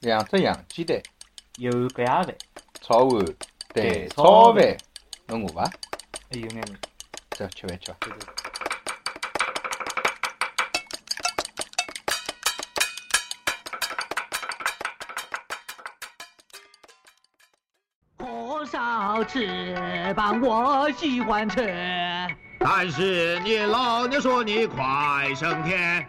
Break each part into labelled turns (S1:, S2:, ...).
S1: 两只洋鸡蛋，
S2: 有搿样饭，
S1: 炒碗蛋
S2: 蛋
S1: 炒
S2: 炒
S1: 饭，侬饿伐？
S2: 哎有眼味。
S1: 走吃饭去伐？
S2: 对对对
S3: 火烧翅膀我喜欢吃，
S4: 但是你老娘说你快升天，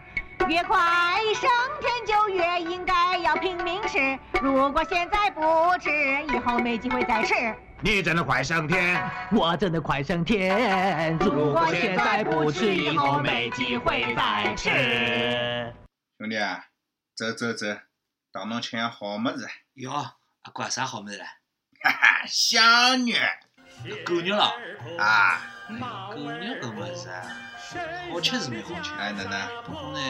S5: 越快升天就越应该要拼命吃，如果现在不吃，以后没机会再吃。
S4: 你真的快升天。
S3: 我真的快升天。如果现在不吃，以后没机会再吃。
S6: 兄弟啊，走走走，带侬吃样好么子，
S7: 哟，阿哥啥好物事嘞？
S6: 哈哈，香肉
S7: 狗肉了，
S6: 啊！
S7: 狗肉搿物事啊，好吃是蛮好吃。
S6: 哎，哪能？
S7: 不过呢，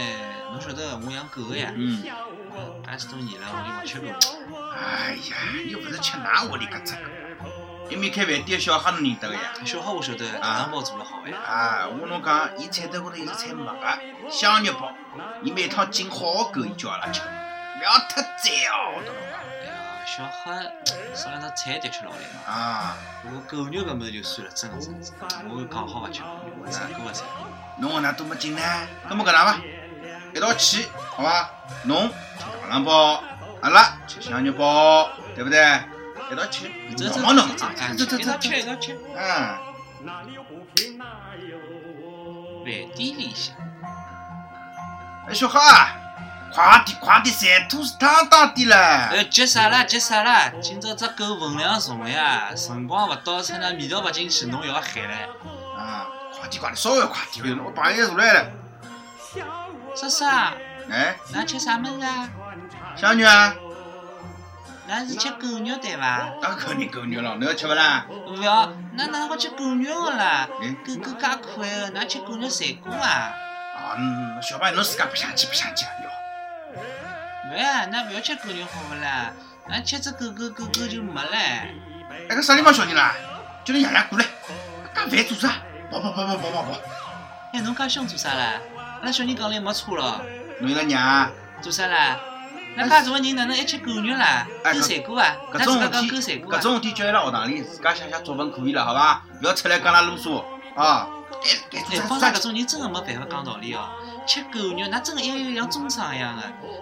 S7: 侬晓得我养狗个呀，哦
S6: 嗯，
S7: 介许多年了，我就没吃过。
S6: 哎呀，你又不是吃㑚屋里搿只狗，一面开饭店小哈侬认得个呀？
S7: 小黑我晓得，
S6: 啊
S7: 大汉包做了好哎，
S6: 啊，我侬讲，伊菜单高头有只菜没个香肉包，伊每趟进好狗，伊叫阿拉吃，不要太赞哦，懂伐？
S7: 哎呀，小黑上两只菜的确老厉害，
S6: 啊，
S7: 不过狗肉搿物事就算了，真个真个，我讲好勿吃，我吃狗个啊菜。
S6: 侬何能都没进呢？那么搿能伐？一道去，好伐？侬吃大肠包，阿拉吃香肉包，对不对？一道去，
S7: 走走
S6: 忙忙侬
S7: 走
S6: 啊，
S7: 哎
S6: 走走
S7: 一
S6: 走
S7: 道吃一
S6: 走，
S7: 道吃。
S6: 嗯。
S7: 饭店里向，
S6: 哎，小黑啊，快点快点，馋吐是汤打底了。
S7: 哎，急啥啦急啥啦？今朝只狗分量重呀，辰光勿到，趁那味道勿进去，侬又要喊唻。
S6: 啊，快点快点，稍微快点，我朋友也坐来了。
S7: 叔叔啊，
S6: 哎，
S7: 㑚吃啥物事啊？
S6: 小女啊，
S7: 㑚是吃狗肉对伐？
S6: 当然肯定狗肉了，侬要吃不啦？
S7: 勿要，㑚哪能好吃狗肉个啦？
S6: 哎，
S7: 狗狗介可爱个，㑚吃狗肉馋过伐？
S6: 啊，嗯小朋友侬自家白相去白相去啊，哟，
S7: 勿呀，㑚勿要吃狗肉好勿啦？㑚吃只狗狗，狗狗就没唻。
S6: 那个啥地方小人啦？叫侬爷爷过来，干饭做啥？跑跑跑跑跑跑跑！
S7: 哎，侬介凶做啥啦？阿拉小人讲了又没错咯，
S6: 侬伊拉娘，
S7: 做啥啦？那介大个人哪能还吃狗肉啦？
S6: 哎
S7: 狗馋过伐？㑚
S6: 搿
S7: 自
S6: 种
S7: 家
S6: 事
S7: 讲
S6: 体
S7: 狗啊馋，过
S6: 搿
S7: 伐？
S6: 种事体叫伊拉学堂里自家写写作文可以了，好伐？不要出来讲啦啰嗦啊！哎，该做
S7: 哎，
S6: 啥做
S7: 帮㑚
S6: 啥
S7: 搿种人真个没办法讲道理哦。吃狗肉，㑚真个要有像中伤一样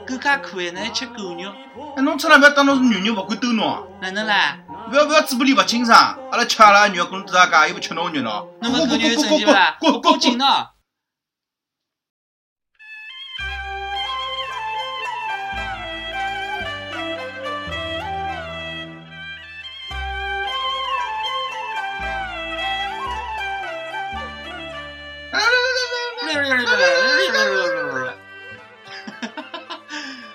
S7: 个，狗介可爱，㑚还吃狗肉，
S6: 哎，侬出来勿要当侬是女人，勿管兜侬啊！
S7: 哪能啦？
S6: 不要不要，嘴巴里勿清爽。阿拉吃阿拉肉，跟大家讲，又不吃侬肉咯。
S7: 侬搿狗肉有成绩伐？
S6: 滚滚
S7: 我报
S6: 滚
S7: 警
S6: 滚！
S7: 喏！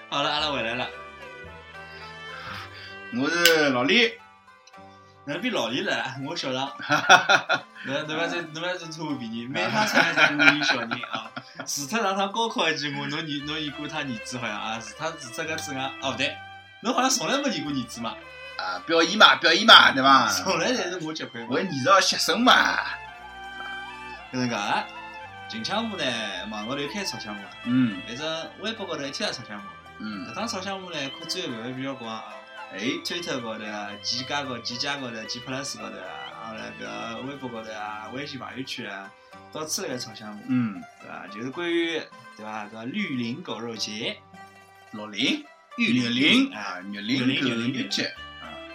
S7: 好了，阿拉回来了。
S6: 我是老李，
S7: 那边老李来了，我小唐。
S6: 哈哈哈
S7: 侬侬勿要再侬勿要再错误别人，每趟出来侪我演小人啊。除脱上趟高考一记我，侬演侬演过他儿子好像啊，除脱除脱搿之外，哦勿对，侬好像从来没演过儿子嘛，
S6: 啊，表演嘛，表演嘛，对伐？
S7: 从来侪是我接班嘛。
S6: 为艺术要牺牲嘛。
S7: 搿能介啊，近腔舞呢，网高头一开始炒香我，
S6: 嗯
S7: 反正微博高头一天也炒香我。搿
S6: 嗯，
S7: 趟炒香我呢，看追的朋友比较广啊。
S6: 哎，
S7: 推特高头啊，几家高几家高头，几 plus 高头啊，后来搿微博高头啊，微信朋友圈啊，到处辣盖炒项目，
S6: 嗯，
S7: 对伐？就是关于对伐搿绿林狗肉节，
S6: 老林，玉林
S7: 啊，
S6: 啊，玉
S7: 玉
S6: 林
S7: 林
S6: 狗
S7: 玉林
S6: 玉节。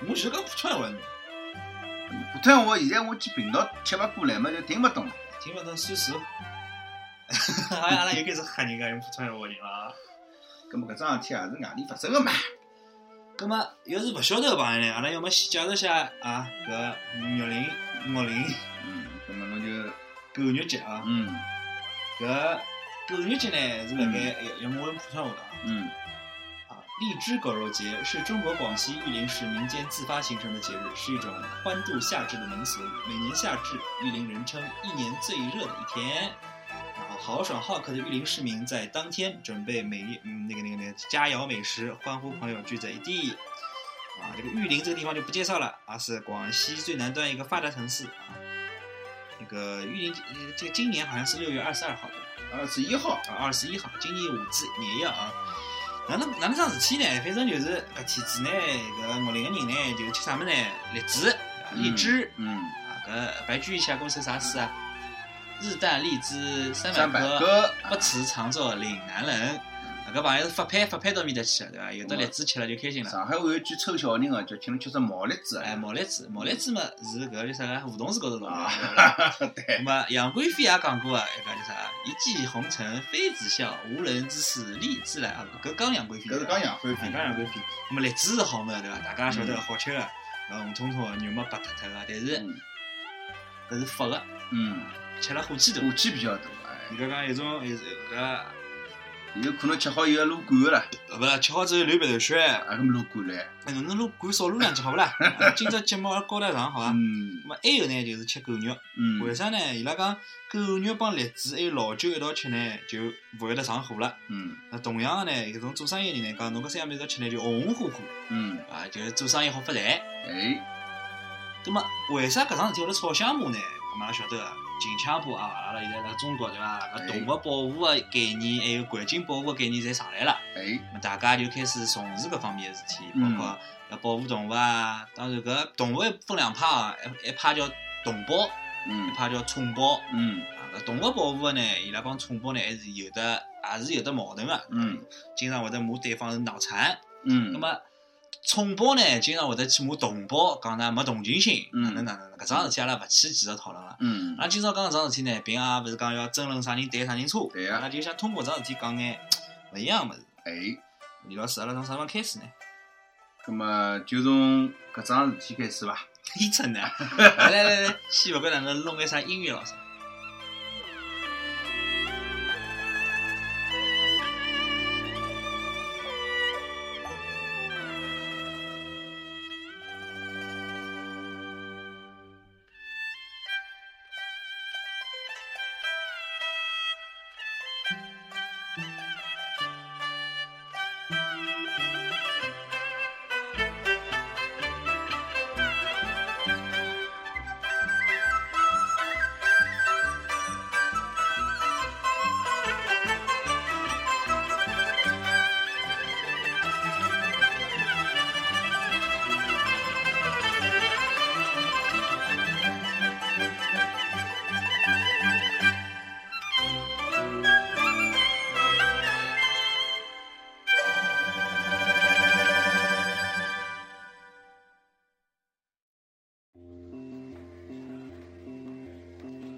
S7: 我就讲普通闲话侬
S6: 普通话现在我去频道吃勿过来嘛，就听勿懂了。
S7: 听勿懂算 数。好像阿拉又开始吓人家用普通闲话人了啊。
S6: 葛么搿桩事体也啊是外地发生个嘛。
S7: 葛么，要是勿晓得个朋友呢，阿拉要么先介绍一下啊搿玉林玉林
S6: 嗯，葛么侬就
S7: 狗肉节啊，
S6: 嗯
S7: 搿狗肉节呢是辣盖要么我用普通闲话讲啊。
S6: 嗯
S7: 啊，荔枝狗肉节是中国广西玉林市民间自发形成的节日，是一种欢度夏至的民俗。每年夏至，玉林人称一年最热的一天。然后，豪爽好客的玉林市民在当天准备美嗯那个那个那个佳肴美食，欢呼朋友聚在一地。啊，这个玉林这个地方就不介绍了啊，是广西最南端一个发达城市啊。那个玉林，呃这个今年好像是六月二十二号的，
S6: 二十一号，
S7: 啊，二十一号，今年五至年夜啊，哪能哪能桩事体呢？反正就是搿天子呢，搿木林个人呢，就吃啥物事呢？荔枝，啊荔枝
S6: 嗯，
S7: 啊，搿白居易写过首啥诗啊？日啖荔枝三
S6: 三
S7: 百
S6: 百
S7: 颗，
S6: 个，
S7: 不辞长作岭南人。啊，搿朋友是发配发配到面搭去的，对伐？有的荔枝吃了就开心了。
S6: 上海还有一句抽小人个，叫请侬吃只毛栗子。
S7: 哎，毛栗子，毛栗子嘛是搿叫啥个？梧桐树高头弄
S6: 啊
S7: 的。对伐
S6: 哈哈， 对
S7: 那，么杨贵妃也讲过啊，一个叫啥？一骑红尘妃子笑，无人知是荔枝来啊！搿讲杨贵妃，
S6: 搿是讲杨贵妃嗯
S7: 讲。杨贵妃。那么荔枝是好物事对伐？大家晓得好吃个，呃，红彤彤的肉末白脱脱个，但是
S6: 嗯
S7: 搿是发个，
S6: 嗯，
S7: 吃了火气大。
S6: 火气比较大，
S7: 人家讲有种有搿
S6: 哎，有可能吃好以后撸管了，
S7: 呃勿吃好之后流鼻头水，哎，
S6: 啊，搿么撸管嘞？
S7: 侬侬撸管少撸两节好勿啦？啊今朝节目还高大上好伐？
S6: 嗯
S7: 那么还有呢，就是吃狗肉。
S6: 嗯，
S7: 为啥呢？伊拉讲狗肉帮荔枝还有老酒一道吃呢，就勿会得上火了。
S6: 嗯
S7: 那同样的呢，搿种做生意的人来讲，侬搿三样物事吃呢就红红火火
S6: 嗯，
S7: 啊，就是做生意好发财。
S6: 哎，
S7: 葛么为啥搿桩事体会得吵相骂呢？我们也晓得啊，近腔骂啊，阿拉现在辣中国对伐？搿动物保护的概念，还有环境保护的概念侪上来了，
S6: 哎，
S7: 那大家就开始重视搿方面的事体，
S6: 嗯
S7: 包括要保护动物啊。当然搿动物分两派啊，一一派叫动保，一
S6: 嗯
S7: 派叫宠保。
S6: 嗯
S7: 啊，搿动物保护的呢，伊拉帮宠保呢还是有的，也是有的矛盾的。
S6: 嗯，
S7: 经常会得骂对方是脑残。
S6: 嗯，
S7: 那么宠保呢，经常会得去骂同胞，讲㑚没同情心，
S6: 嗯
S7: 哪能哪能哪能。搿桩事体阿拉勿去继续讨论了。
S6: 嗯
S7: 阿，拉今朝讲搿桩事体呢，并也勿是讲要争论啥人对啥人错，
S6: 对
S7: 阿
S6: 呀
S7: 拉就想通过搿桩事体讲眼勿一样的物事。
S6: 哎，
S7: 李老师，阿拉从啥地方开始呢？
S6: 那么就从搿桩事体开始伐。
S7: 伊真的，来来来来，先勿管哪能弄眼啥音乐老师。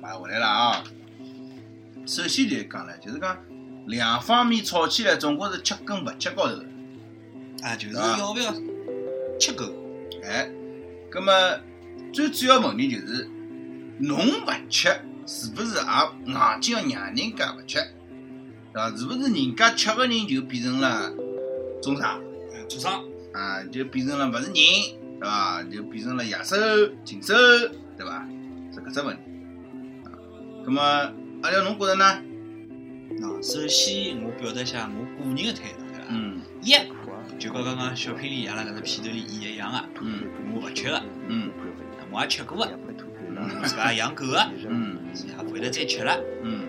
S6: 买回来了啊。首先就是讲了，就是讲两方面吵起来，总归是吃跟勿吃高头的。
S7: 啊，就是
S6: 啊
S7: 要勿要吃狗？
S6: 哎，葛么最主要问题就是，侬勿吃，是勿是也硬劲要让人家勿吃？对伐？是勿是人家吃个人就变成了中啥
S7: 呃畜生。
S6: 啊？就变成了勿是人，对伐？就变成了野兽、禽兽，对伐？是搿只问题。啊，葛么阿廖侬觉着呢？
S7: 喏，首先啊我表达一下我个人的态度，对伐？
S6: 嗯
S7: 一，就跟刚刚小品里阿拉搿只片头里演一样啊，
S6: 嗯
S7: 我勿吃个，
S6: 嗯
S7: 我也吃过个，自家也养狗个，
S6: 嗯
S7: 自家勿会得再吃了。
S6: 嗯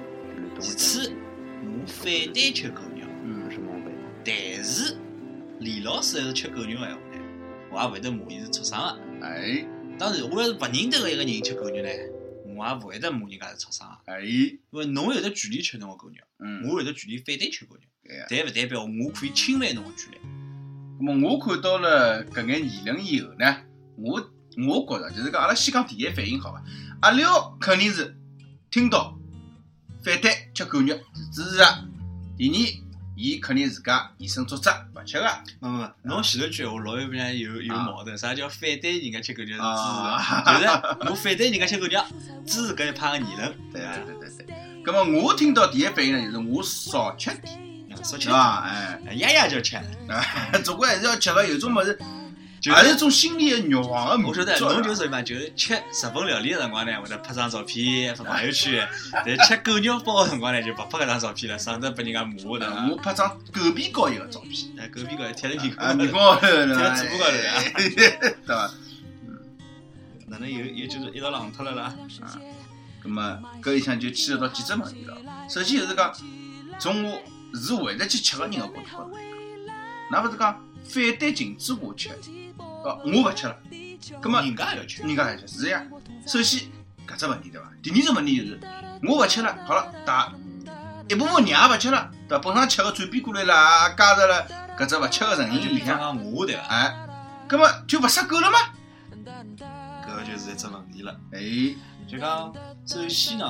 S7: 其次，我反对吃狗肉，
S6: 嗯
S7: 但是李老师要是吃狗肉个闲话呢，我也勿会得骂伊是畜生个。
S6: 哎
S7: 当然，我要是勿认得个一个人吃狗肉呢，我也勿会得骂人家是畜生个，
S6: 哎
S7: 因为侬有得权利吃侬个狗肉，
S6: 嗯，
S7: 我有得权利反对吃狗肉，
S6: 对呀。
S7: 但勿代表我可以侵犯侬个权利。
S6: 那么我看到了搿眼议论以后呢，我我觉着就是讲，阿拉先讲第一反应好伐？阿廖肯定是听到反对吃狗肉是支持的，第二，伊肯定自家以身作则勿吃个
S7: 没没没，侬前头句闲话老有不像有有
S6: 啊
S7: 矛盾，啥叫反对人家吃狗肉是支持
S6: 啊
S7: 的，就是我反对人家吃狗肉，支持搿一派个言论，
S6: 对
S7: 伐
S6: 对？对对对。那么我听到第一反应呢，就是我少吃点，
S7: 嗯
S6: 是
S7: 说吃，
S6: 伐？哎，
S7: 爷爷就吃，
S6: 总归还是要吃个，有种物事
S7: 就
S6: 还是
S7: 是
S6: 种心理的欲望的满足。
S7: 我晓得，侬就是嘛，就是吃日本料理个辰光呢，会得拍张照片发朋友圈，但吃狗肉包个辰光呢，就勿拍搿张照片了，省得被人家骂对
S6: 呃
S7: 伐
S6: 我？拍张狗皮膏药的照 片。
S7: 哎，狗屁高贴了屁股
S6: 啊，你高头了，
S7: 贴了嘴巴高头了啊，
S6: 对伐？
S7: 哪能又又就是一道浪脱了啦？
S6: 那么啊搿里向就牵扯到几只问题了。首先就是讲，从我是会得去吃个人个角度来讲，㑚勿是讲反对禁止我吃，哦，我勿吃了，啊葛末
S7: 人家要吃，
S6: 人家还吃，是呀。首先搿只问题对伐？第二只问题就是我勿吃了，好了，大一部分人也勿吃了，对伐？本身吃个转变过来了，也加入了搿只勿吃个成
S7: 那
S6: 因
S7: 就
S6: 里
S7: 比方
S6: 向，
S7: 讲我对伐？
S6: 哎，葛末就勿杀狗了吗？
S7: 搿就是一只问题了。
S6: 哎，
S7: 就讲首先呢，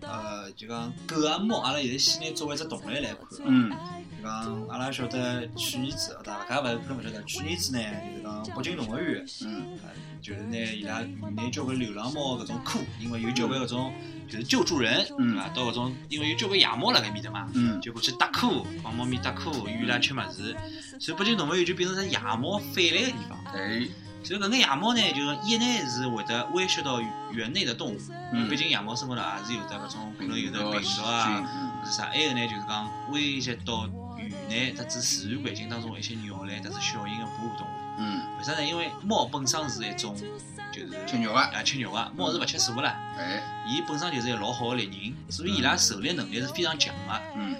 S7: 呃，就讲狗啊猫，阿拉现在先拿作为一只动物来看。
S6: 嗯，
S7: 就讲阿拉晓得去年子，啊大家勿是可能勿晓得，去年子呢，就是讲北京动物园，
S6: 嗯，
S7: 呃就是拿伊拉拿交关流浪猫搿种库，因为有交关搿种就是救助人，
S6: 嗯
S7: 对伐？到搿种因为有交关野猫辣搿面搭嘛，
S6: 嗯
S7: 就过去搭库，帮猫咪搭库，与伊拉吃物事，所以北京动物园就变成只野猫泛滥个地方。
S6: 哎，
S7: 所以搿眼野猫呢，就是一呢是会得威胁到园内的动物，因为
S6: 嗯
S7: 毕竟野猫生活了也是有得搿种可能有得病毒啊，是啥？还有呢就是讲威胁到园内特指自然环境当中的一些鸟类，特指小型的哺乳动物。
S6: 嗯，
S7: 为啥呢？因为猫本身是一种就是
S6: 吃肉啊，
S7: 啊吃肉啊，猫是勿吃素个啦，
S6: 哎，
S7: 伊本身就是一个老好的猎人，所以伊拉狩猎能力是非常强啊的、
S6: 嗯，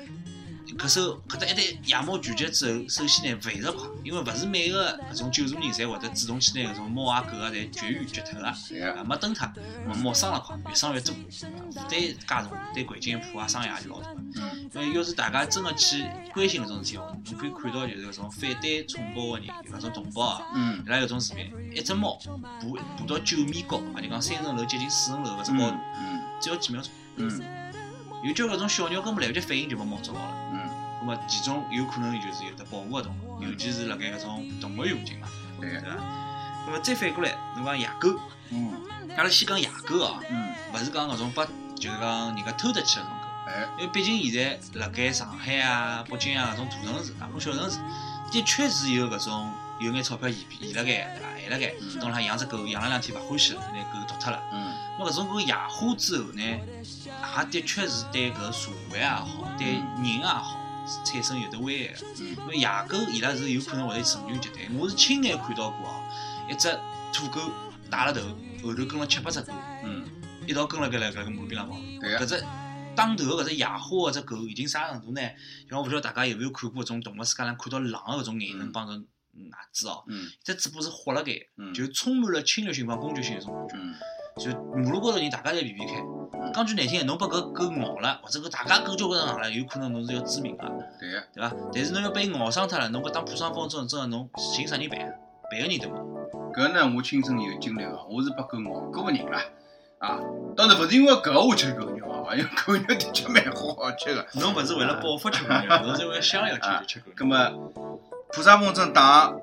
S7: 搿首搿搭一堆野猫聚集之后，首先呢繁殖快，因为勿是每个搿种救助人侪会得主动去拿搿种猫啊狗啊侪绝育绝脱啊，
S6: 对呀
S7: 啊，没灯它，咾猫生了快，越生越多，负担也加重，对环境的破坏伤害也啊就老大。
S6: 嗯，
S7: 因为要是大家真个去关心搿种事体哦，侬可以看到就是搿种反对宠包个人，有搿种同胞啊，
S6: 嗯
S7: 伊，拉有种视频，一只猫爬爬到九米高，啊就讲三层楼接近四层楼搿只高度，
S6: 嗯，
S7: 只要几秒钟，
S6: 嗯，
S7: 有交关种小鸟根本来不及反应就被猫抓牢了。
S6: 嗯，
S7: 那么其中有可能就是有得保护个动物，尤其是辣盖搿种动物园附近嘛，
S6: 对
S7: 对
S6: 呀，
S7: 伐？那么再反过来，侬讲野狗，
S6: 嗯，
S7: 阿拉先讲野狗啊，
S6: 嗯，
S7: 勿是讲搿种被就是讲人家偷得去搿种狗，
S6: 哎，
S7: 因为毕竟现在辣盖上海啊、北京啊搿种大城市，啊，或小城市，的确是有搿种有眼钞票现现辣盖，对伐？还辣盖
S6: 嗯，
S7: 等了养只狗，养了两天勿欢喜了，拿狗丢脱了。
S6: 嗯，
S7: 那搿种狗野化之后呢，也的确是对搿社会也好，对人也好，是产生有得危害的。因为野狗伊拉是有可能会得成群结队，我是亲眼看到过哦，一只土狗带了头，后头跟了七八只狗，
S6: 嗯，
S7: 一道跟了搿来搿个马路边浪跑。
S6: 对呀啊
S7: 搿只当头搿只野花搿只狗已经啥程度呢？像我勿晓得大家有没有看过搿种动物世界上看到狼的搿种眼神帮着牙齿哦，
S6: 嗯，
S7: 这嘴巴是豁辣盖的，
S6: 嗯，
S7: 就充满了侵略性帮攻击性一种感觉。
S6: 嗯，
S7: 就马路高头人大家侪避避开。讲句难听，侬把搿狗咬了，或者搿大家狗交关人咬了，有可能侬是要致命个，
S6: 对呀，
S7: 对伐？但是侬要被咬伤脱了，侬搿当破伤风症，真个侬寻啥人赔啊？赔个人都没。
S6: 搿呢，我亲身有经历个，我是被狗咬过个人啦。啊，当然勿是因为搿我吃狗肉啊，因 为狗肉的确蛮好好吃个。
S7: 侬勿是为了报复吃狗肉，侬是为了想 要去吃狗
S6: 葛
S7: 肉。
S6: 末破伤风症打，外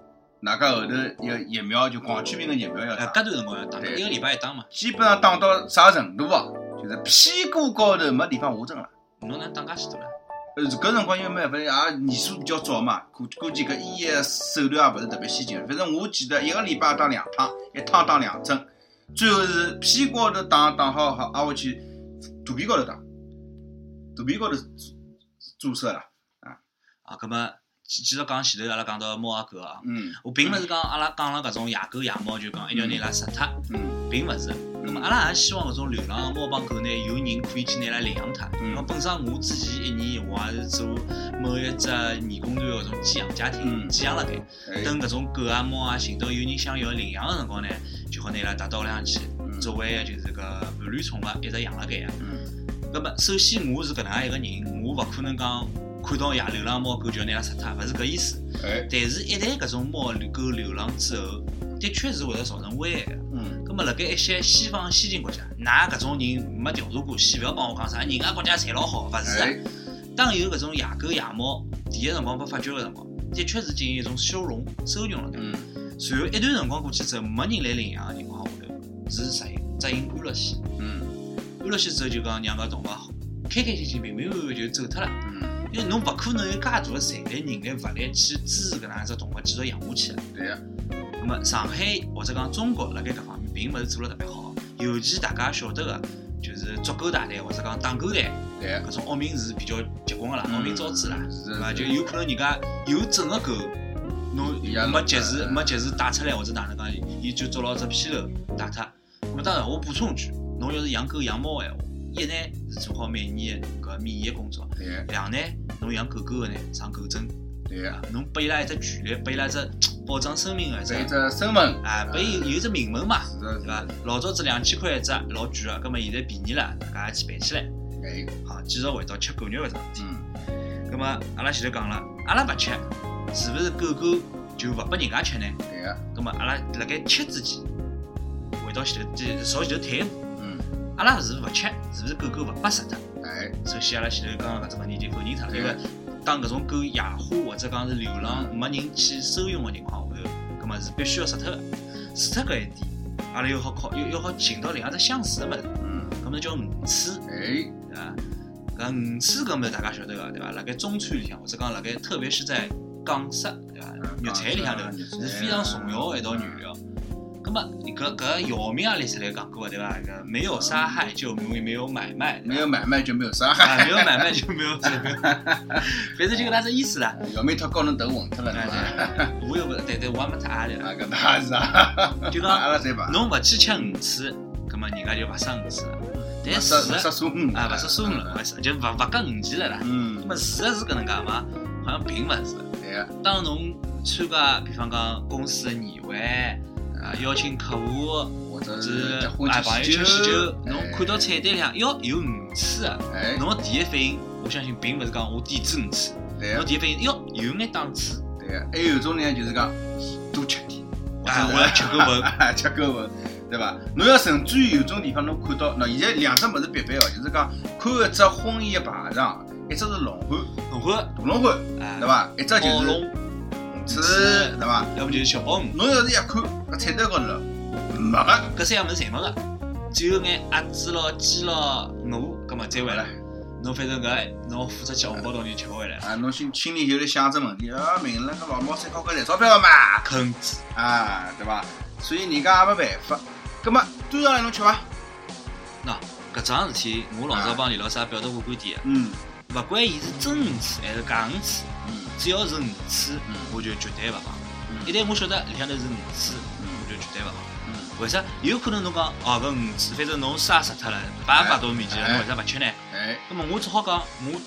S6: 加后头有疫苗，就广区病个疫苗要
S7: 哎，
S6: 打
S7: 搿，段辰光要打，
S6: 对
S7: 一个礼拜一打嘛，
S6: 基本上打到啥程度啊？就是屁股高头没地方下针了。
S7: 侬哪能打介许多了？
S6: 呃，搿辰光因为没办法，也年数比较早嘛，估估计搿医药手段也勿是特别先进。反正我记得一个礼拜打两趟，一趟打两针，最后是屁股高头打打好好，挨下去肚皮高头打，肚皮高头注射了。
S7: 啊，葛末继继续讲前头，阿拉讲到猫啊狗啊，
S6: 嗯
S7: 我并勿是讲阿拉讲了搿种野狗野猫，就讲一定要拿伊拉杀脱，
S6: 嗯
S7: 并勿是。那么阿拉也希望搿种流浪的猫帮狗呢，有人可以去拿伊拉领养它。
S6: 嗯
S7: 那么本身我之前一年我也是做某一只义工团的搿种寄养家庭，
S6: 嗯
S7: 寄养辣盖。
S6: 哎
S7: 等搿种狗啊猫啊寻到有人想要领养的辰光呢，就好拿伊拉带到屋里向去，
S6: 嗯
S7: 作为就是搿伴侣宠物一直养辣盖啊。
S6: 嗯
S7: 那么首先我是搿能介一个人，我勿可能讲看到野流浪猫狗就要拿伊拉杀脱，勿是搿意思。
S6: 哎
S7: 但是，一旦搿种猫狗流浪之后，的确是会得造成危害的。
S6: 嗯
S7: 咁么辣盖一些西方先进国家，㑚搿种人没调查过，先勿要帮我讲啥，人家国家侪老好，勿是啊
S6: 哎？
S7: 当有搿种野狗野猫第一辰光被发觉个辰光，的确是进行一种收容收容了。
S6: 嗯
S7: 随后一段辰光过去之后，没人来领养个情况下头，是实行执行安乐死。
S6: 嗯
S7: 安乐死之后就讲让搿动物开开心心、平平安安就走脱了，
S6: 嗯，
S7: 因为侬勿可能有介大个财力、人力、物力去支持搿能样一只动物继续养下去。
S6: 对呀，
S7: 那么上海或者讲中国辣盖搿方面并勿是做了特别好，尤其大家晓得个就是捉狗大队或者讲打狗队
S6: 对呀，
S7: 搿种恶名是比较结棍个啦，
S6: 嗯
S7: 恶名昭著啦，
S6: 是
S7: 对伐？就有可能人家有整个狗，侬
S6: 伊拉
S7: 没及时
S6: 嗯
S7: 没及时带出来或者哪能讲，伊就捉牢只批头带脱。那么当然，我补充一句，侬要是养狗养猫个闲话，一呢是做好每年个搿免疫工作，
S6: 对呀，
S7: 两呢侬养狗狗个呢上狗诊，
S6: 对个，
S7: 侬拨伊拉一只权利，拨伊拉一只保障生命的一
S6: 这一
S7: 只，
S6: 只身份
S7: 啊，拨伊有一只名门嘛，
S6: 是的，
S7: 对
S6: 是
S7: 伐
S6: 的，？
S7: 老早子两千块一只，老贵个，葛末现在便宜了，大家一起办起来。
S6: 哎，
S7: 好，继续回到吃狗肉搿桩事体。
S6: 嗯，
S7: 葛末阿拉前头讲了，阿拉勿吃，是勿是狗狗就勿拨人家吃呢？
S6: 对个，
S7: 葛末阿拉辣盖吃之前，回到前头，这朝前头退一步，
S6: 嗯，
S7: 阿拉是勿吃，是勿是狗狗勿拨杀脱？
S6: 哎，
S7: 首先阿拉前头刚刚搿只问题就否认脱，因为当搿种狗野化或者讲是流浪没人去收容的情况下头，葛末是必须要杀脱个。杀脱搿一点，阿拉又好考，又又好寻到另外一只相似的物事，
S6: 嗯，
S7: 搿么叫鱼翅，
S6: 哎，
S7: 对伐？搿鱼翅搿么大家晓得个，对伐？辣盖中餐里向，或者讲辣盖特别是在港式，对伐？粤菜里向头是非常重要的一道原料。葛么搿搿姚明阿里出来讲过，对伐？搿没有杀害就没没有买卖，对伐
S6: 没有买卖就没有 伤害，
S7: 啊，没有买卖就没有 哦这个，反正就搿能只意思啦。
S6: 要没脱高能头混脱了，
S7: 哎
S6: 是伐？
S7: 对 我又勿对对，我也没太阿里
S6: 啊，搿那是啊，
S7: 就
S6: 阿
S7: 讲
S6: 拉侪伐？
S7: 侬勿去吃鱼翅，葛末人家就勿杀鱼翅了。但是
S6: 杀杀
S7: 啊，嗯
S6: 苏姆
S7: 勿杀生了，勿杀就勿勿割鱼鲫了啦。葛
S6: 嗯
S7: 末，事实是搿能介嘛？好像并勿是。
S6: 对啊个，
S7: 当侬参加，比方讲公司的年会啊，邀请客户，
S6: 或者
S7: 是
S6: 是结
S7: 啊
S6: 婚
S7: 朋友
S6: 喜
S7: 圈喜酒，侬
S6: 哎
S7: 看到菜单里向哟有鱼翅啊，
S6: 哎，
S7: 侬的第一反应，我相信并勿是讲我点子鱼翅。
S6: 对
S7: 我
S6: 个，
S7: 第一反应，哟，有眼档次，
S6: 对个，还有一种呢，就是讲多吃点。
S7: 啊，我要吃个饭，
S6: 啊，吃够份，对伐？侬要甚至于有种地方侬看到，喏，现在两只物事必备哦，就是讲看一只婚宴的排场，一只是龙虾、
S7: 侬看，
S6: 大龙虾，
S7: 啊，
S6: 对？伐？一只
S7: 暴
S6: 就是
S7: 龙，
S6: 翅，
S7: 翅
S6: 对伐？
S7: 要么就是小鲍鱼，
S6: 侬要是一看搿菜单高头没个，
S7: 搿三样物事侪没个，只有眼鸭子咯、鸡咯、鹅，葛末再回
S6: 对
S7: 来
S6: 了，，
S7: 侬反正搿侬付出吃红包到你吃勿回来了，
S6: 啊，侬心心里有点想只问题，啊，明了搿老毛三搞搿赚钞票个嘛，
S7: 坑子，
S6: 啊，对伐？所以人家也没办法，葛末端上来侬吃伐？
S7: 搿桩事体，我老早帮李老师也表达过观点
S6: 嗯
S7: 个，勿管伊是真鱼翅还是假鱼翅，
S6: 嗯
S7: 只要是鱼翅
S6: 嗯，
S7: 我就绝对勿碰。
S6: 嗯
S7: 一旦我晓得里向头是鱼翅，我
S6: 嗯
S7: 就绝对勿碰。
S6: 嗯，
S7: 为啥？有可能侬讲哦，搿鱼翅，反正侬杀死脱了，摆也摆到我面前了，侬为啥勿吃呢？
S6: 哎，
S7: 那么我只好讲，我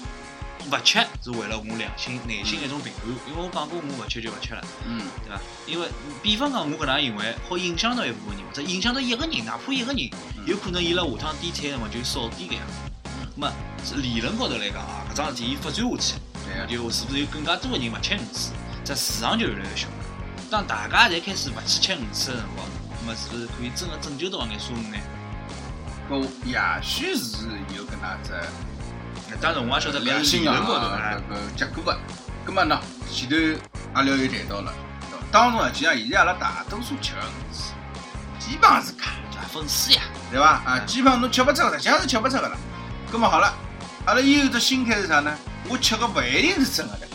S7: 勿吃是为了我良心、内心一种平安，因为我讲过我勿吃就勿吃了，
S6: 嗯
S7: 对伐？因为比方讲我搿能行为，好影响到一部分人，或者影响到一个人，哪怕一个人，
S6: 嗯
S7: 有可能伊拉下趟点菜的辰光就少点搿样。那么是理论高头来讲啊，搿桩事体伊发展下去，
S6: 对啊个，
S7: 就是不是有更加多的人勿吃鱼翅，这市场就越来越小。当大家侪开始勿去吃鱼翅的辰光，那么是不是可以真的拯救到眼鲨鱼呢？
S6: 搿也许是有搿能只。
S7: 那当然我也晓得搿
S6: 良
S7: 是
S6: 心
S7: 理
S6: 啊，
S7: 论高头啊
S6: 搿。个结果啊。葛末呢，前头阿廖又谈到了，当中啊，其实现在阿拉大多数吃个物事，基本上是假，
S7: 对伐？粉丝呀，
S6: 对伐？啊，基本上侬吃勿出个，实际上是吃勿出个了。葛末好了，阿拉又有只心态是啥呢？我吃个勿一定是真个的，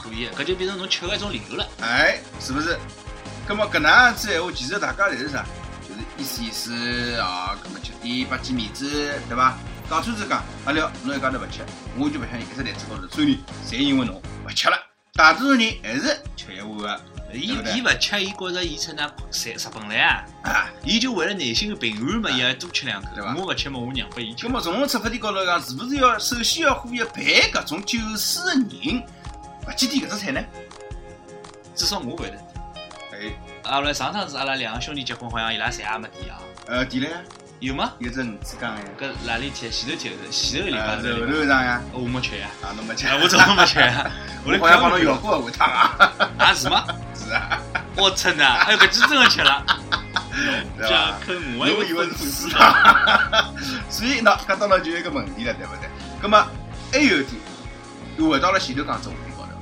S7: 可以，搿就变成侬吃个一种理由了。
S6: 哎，是不是？葛末搿能样子闲话，其实大家侪是啥？就是意思意思啊，葛末吃点拨记面子，对伐？假使是讲阿廖侬一家头勿吃，我就勿相信搿只台子高头所有人侪因为侬勿吃了。大多数人还是吃一碗个。
S7: 伊
S6: 对不对
S7: 伊勿吃，伊觉着伊出那日日本来啊，
S6: 啊，
S7: 伊就为了内心的平安嘛，伊要多吃两口
S6: 对伐。
S7: 我勿吃嘛，我让拨伊吃
S6: 葛。末从我出发点高头讲，是不是要首先要呼吁办搿种酒肆个人勿去点搿只菜呢？
S7: 至少我会得。
S6: 哎，
S7: 阿拉上趟子阿拉两个兄弟结婚，好像伊拉侪也没点啊，
S6: 呃，点了呀，
S7: 有吗？
S6: 有只鱼子缸呀，
S7: 搿哪里贴？前头贴的，前头礼
S6: 啊
S7: 拜
S6: 是
S7: 是
S6: 后
S7: 礼拜。
S6: 头上呀，
S7: 哦我没吃呀，
S6: 啊，侬没吃
S7: 啊，我怎么没吃 呀？我来
S6: 我好像帮侬
S7: 看看
S6: 摇过下趟啊，
S7: 啊是吗？
S6: 是啊。
S7: 我操呐！哎呦，搿鸡真的吃了，
S6: 对吧
S7: 这坑我
S6: 我
S7: 也
S6: 以为是
S7: 粉
S6: 粉
S7: 丝
S6: 丝
S7: 啊。
S6: 啊。 所以那搿当然就有一个问题了，对不对？葛么还有一点，又回到了前头讲只话题高头，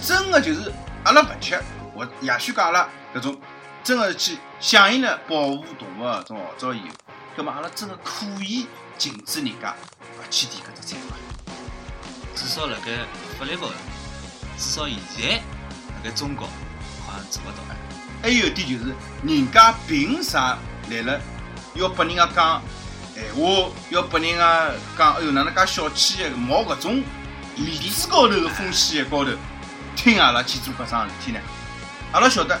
S6: 真的就是阿拉勿吃，或也许讲阿拉搿种真的去响应了保护动物搿种号召以后，葛么啊阿拉真的可以禁止人家勿去点搿只菜嘛？
S7: 至少辣盖法律高头，至少现在辣盖中国好像做勿
S6: 哎
S7: 到。
S6: 还有一点就是，人家凭啥来了要拨人家讲闲话，要拨人家讲，哎哟，哪能介小气个，冒搿种面子高头个风险高头，听阿拉去做搿桩事体呢？啊阿拉晓得，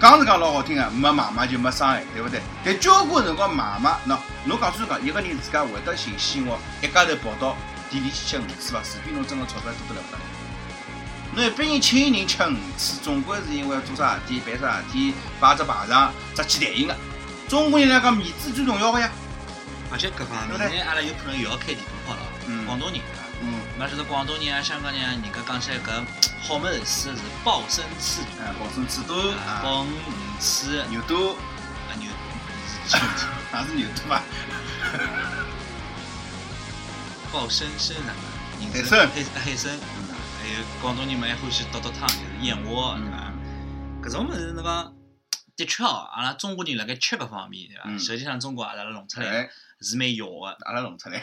S6: 讲是讲老好听个，没买卖就没伤害，对勿对？但交关辰光买卖，喏，侬讲算讲，一个人自家会哦得寻鲜活，一家头跑到店里去吃鱼翅伐？除非侬真个钞票多得来勿得。侬一般人请人吃鱼翅，总归是因为要做啥事体、办啥事体、摆只排场、扎起台型个。中国人来讲，面子最重要个呀。
S7: 而且搿方面呢，阿拉有可能又要开地图炮了。
S6: 嗯
S7: 广东人对伐？
S6: 嗯，
S7: 那就是广东人啊、香港人啊，人家讲起来搿好物事吃是鲍参翅、
S6: 哎，保证制度
S7: 啊
S6: 啊，
S7: 鲍鱼鱼翅、
S6: 牛肚，
S7: 啊牛，
S6: 哪是牛肚伐？啊
S7: 鲍参参啥？
S6: 海
S7: 人
S6: 参
S7: 海海参，嗯还有广东人嘛，还欢喜倒倒汤，就是燕窝，对伐？搿种物事，侬讲的确哦，阿拉中国人辣盖吃搿方面，对伐？
S6: 嗯
S7: 实际上中国阿拉弄出来
S6: 哎，
S7: 是蛮要个，
S6: 阿拉弄出来，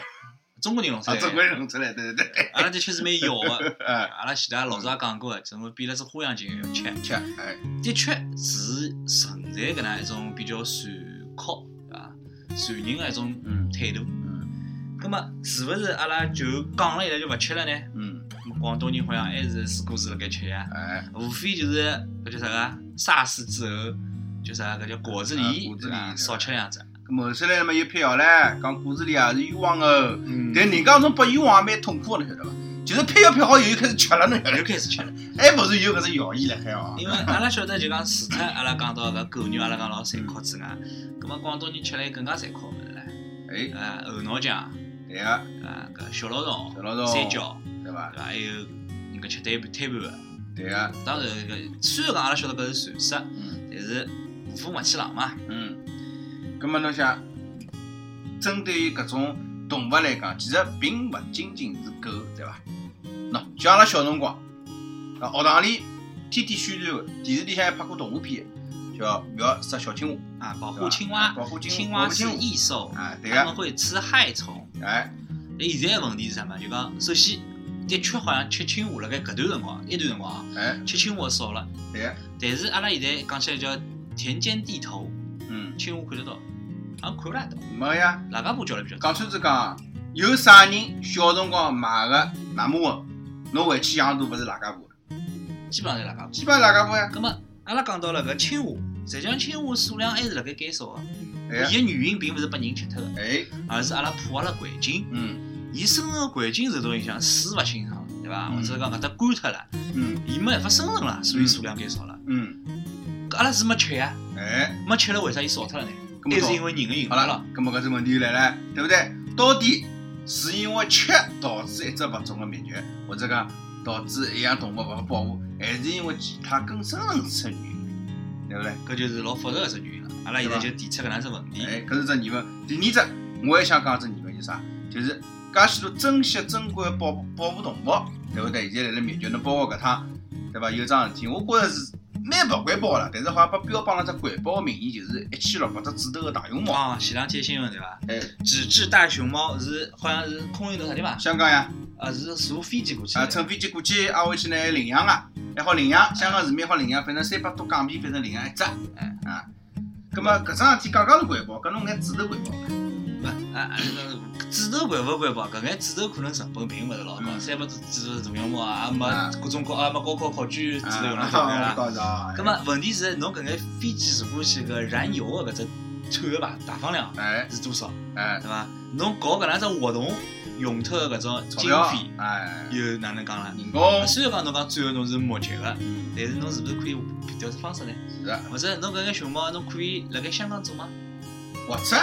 S7: 中国人弄出
S6: 啊，
S7: 来
S6: 中国人弄出来，对对对，
S7: 阿拉的确是蛮要 个。
S6: 哎，
S7: 阿拉前头也老早也讲过，怎么变了只花样精要吃？
S6: 吃，哎，
S7: 的确是存在搿能一种比较残酷，对伐？残忍个一种
S6: 嗯
S7: 态度。
S6: 嗯
S7: 葛么是勿是阿拉就讲了一下就勿吃了呢？
S6: 嗯，
S7: 咾么广东人好像还是自顾自辣盖吃呀，
S6: 哎，
S7: 无非就是搿叫啥个杀死之后，就啥搿叫果子
S6: 啊
S7: 狸，
S6: 果子
S7: 对伐？
S6: 狸
S7: 少吃两只。
S6: 搿么后头来嘛又辟谣唻，讲故事里也是冤枉哦。
S7: 嗯
S6: 但人家搿种拨冤枉也蛮痛苦的，侬晓得伐？就是辟谣辟好以后又开始吃了，侬晓得
S7: 又
S6: 伐？
S7: 开始吃了，
S6: 还不是有搿只谣言辣海哦。
S7: 因为阿拉晓得就讲除脱阿拉讲到搿狗肉，阿拉讲老残酷之外，葛么广东人吃了更加残酷个物事唻，
S6: 哎，
S7: 呃，后脑浆，
S6: 对个，
S7: 啊，搿小老虫，
S6: 小老虫
S7: 三角，
S6: 对伐
S7: 对？伐？还有人家吃摊盘摊盘个，
S6: 对个，
S7: 当然搿虽然讲阿拉晓得搿是传说，
S6: 嗯
S7: 但是无风勿起浪嘛。
S6: 嗯。葛么侬想，针对于搿种动物来讲，其实并勿仅仅是狗，对伐？喏，像阿拉小辰光，啊，学堂里天天宣传个，电视里向还拍过动画片的，叫勿要杀小青蛙，
S7: 啊，
S6: 保
S7: 保护青蛙，
S6: 保护青
S7: 青
S6: 保
S7: 蛙
S6: 护
S7: 是嗯
S6: 青
S7: 异兽，
S6: 啊，对
S7: 它们
S6: 个，
S7: 会吃害虫。
S6: 哎，
S7: 但现在的问题是什么？就讲首先，的确好像吃青蛙辣盖搿段辰光，一段辰光啊，
S6: 哎，
S7: 吃青蛙少了。
S6: 对个，
S7: 但是阿拉现在讲起来叫田间地头，
S6: 嗯，
S7: 青蛙看得到，好像看勿大到，
S6: 没呀。
S7: 哪家婆叫了比较
S6: 讲
S7: 多？
S6: 穿子讲，有啥人小辰光买个那么文，侬回去养大勿是哪家婆，
S7: 基本上是哪家婆。
S6: 基本上哪家婆呀？
S7: 葛么，阿拉讲到了搿青蛙，实际上青蛙数量还是辣盖减少个。
S6: 哎呀，
S7: 伊个原因并勿是被人吃脱个，
S6: 哎，
S7: 而是阿拉破坏了环境，
S6: 嗯
S7: 伊生存个环境受到影响，水勿清爽了，对伐？
S6: 嗯
S7: 或者讲搿搭干脱了。
S6: 嗯
S7: 伊没办法生存了，所以数量减少了。
S6: 嗯，
S7: 搿阿拉是没吃呀，
S6: 哎，
S7: 没吃了为啥伊少脱了呢？
S6: 搿
S7: 还是因
S6: 么
S7: 为人的引
S6: 好
S7: 发
S6: 好
S7: 了
S6: 了。，搿么搿只问题就来了，对不对？到底是因为吃导致一只物种的灭绝，或者讲导致一样动物勿被保护，还是因为其他更深层次的原因，对不对？
S7: 搿就是老复杂个只原因了。阿拉现在就提出搿能只问题。
S6: 哎，搿是只疑问。第二只，我还想讲只疑问就是啥？就是介许多珍惜珍贵的保保护动物，对勿对？现在辣辣灭绝，侬包括搿趟，对伐？有桩事体，我觉着是蛮勿环保了，但是好像被标榜了只环保的名义，就是一千六百只指头的大熊猫。
S7: 啊，前两天新闻对伐？
S6: 哎，
S7: 纸质大熊猫是好像是空运到啥地方？
S6: 香港呀，
S7: 啊，是坐飞机过去
S6: 啊，
S7: 的。
S6: 乘飞机过去，挨回去呢还领养啊，还好领养，香港市民好领养，反正三百多港币，反正领养一只，哎啊。葛么搿桩事体讲讲是环保，搿侬眼指头环保伐？
S7: 勿啊啊，纸头环勿环保？搿眼纸头可能成本并勿是老高，
S6: 嗯
S7: 三百多纸头大熊猫啊，也
S6: 啊
S7: 没各种高啊没高考考卷纸头用了
S6: 啊，
S7: 对伐？
S6: 我告诉
S7: 葛
S6: 侬，
S7: 么问题是，侬搿眼飞机如果是个燃油的搿只产个排排放量
S6: 哎
S7: 是多少，
S6: 哎
S7: 对。伐？侬搞搿能只活动用脱的搿种
S6: 钞
S7: 经
S6: 票
S7: 费，
S6: 哎，
S7: 又哪能讲呢？啊
S6: 人工
S7: 虽然讲侬讲最后侬是募集个，但是侬是勿是可以别条方式呢？
S6: 是的，
S7: 或者侬搿眼熊猫侬可以辣盖香港做吗？
S6: 或者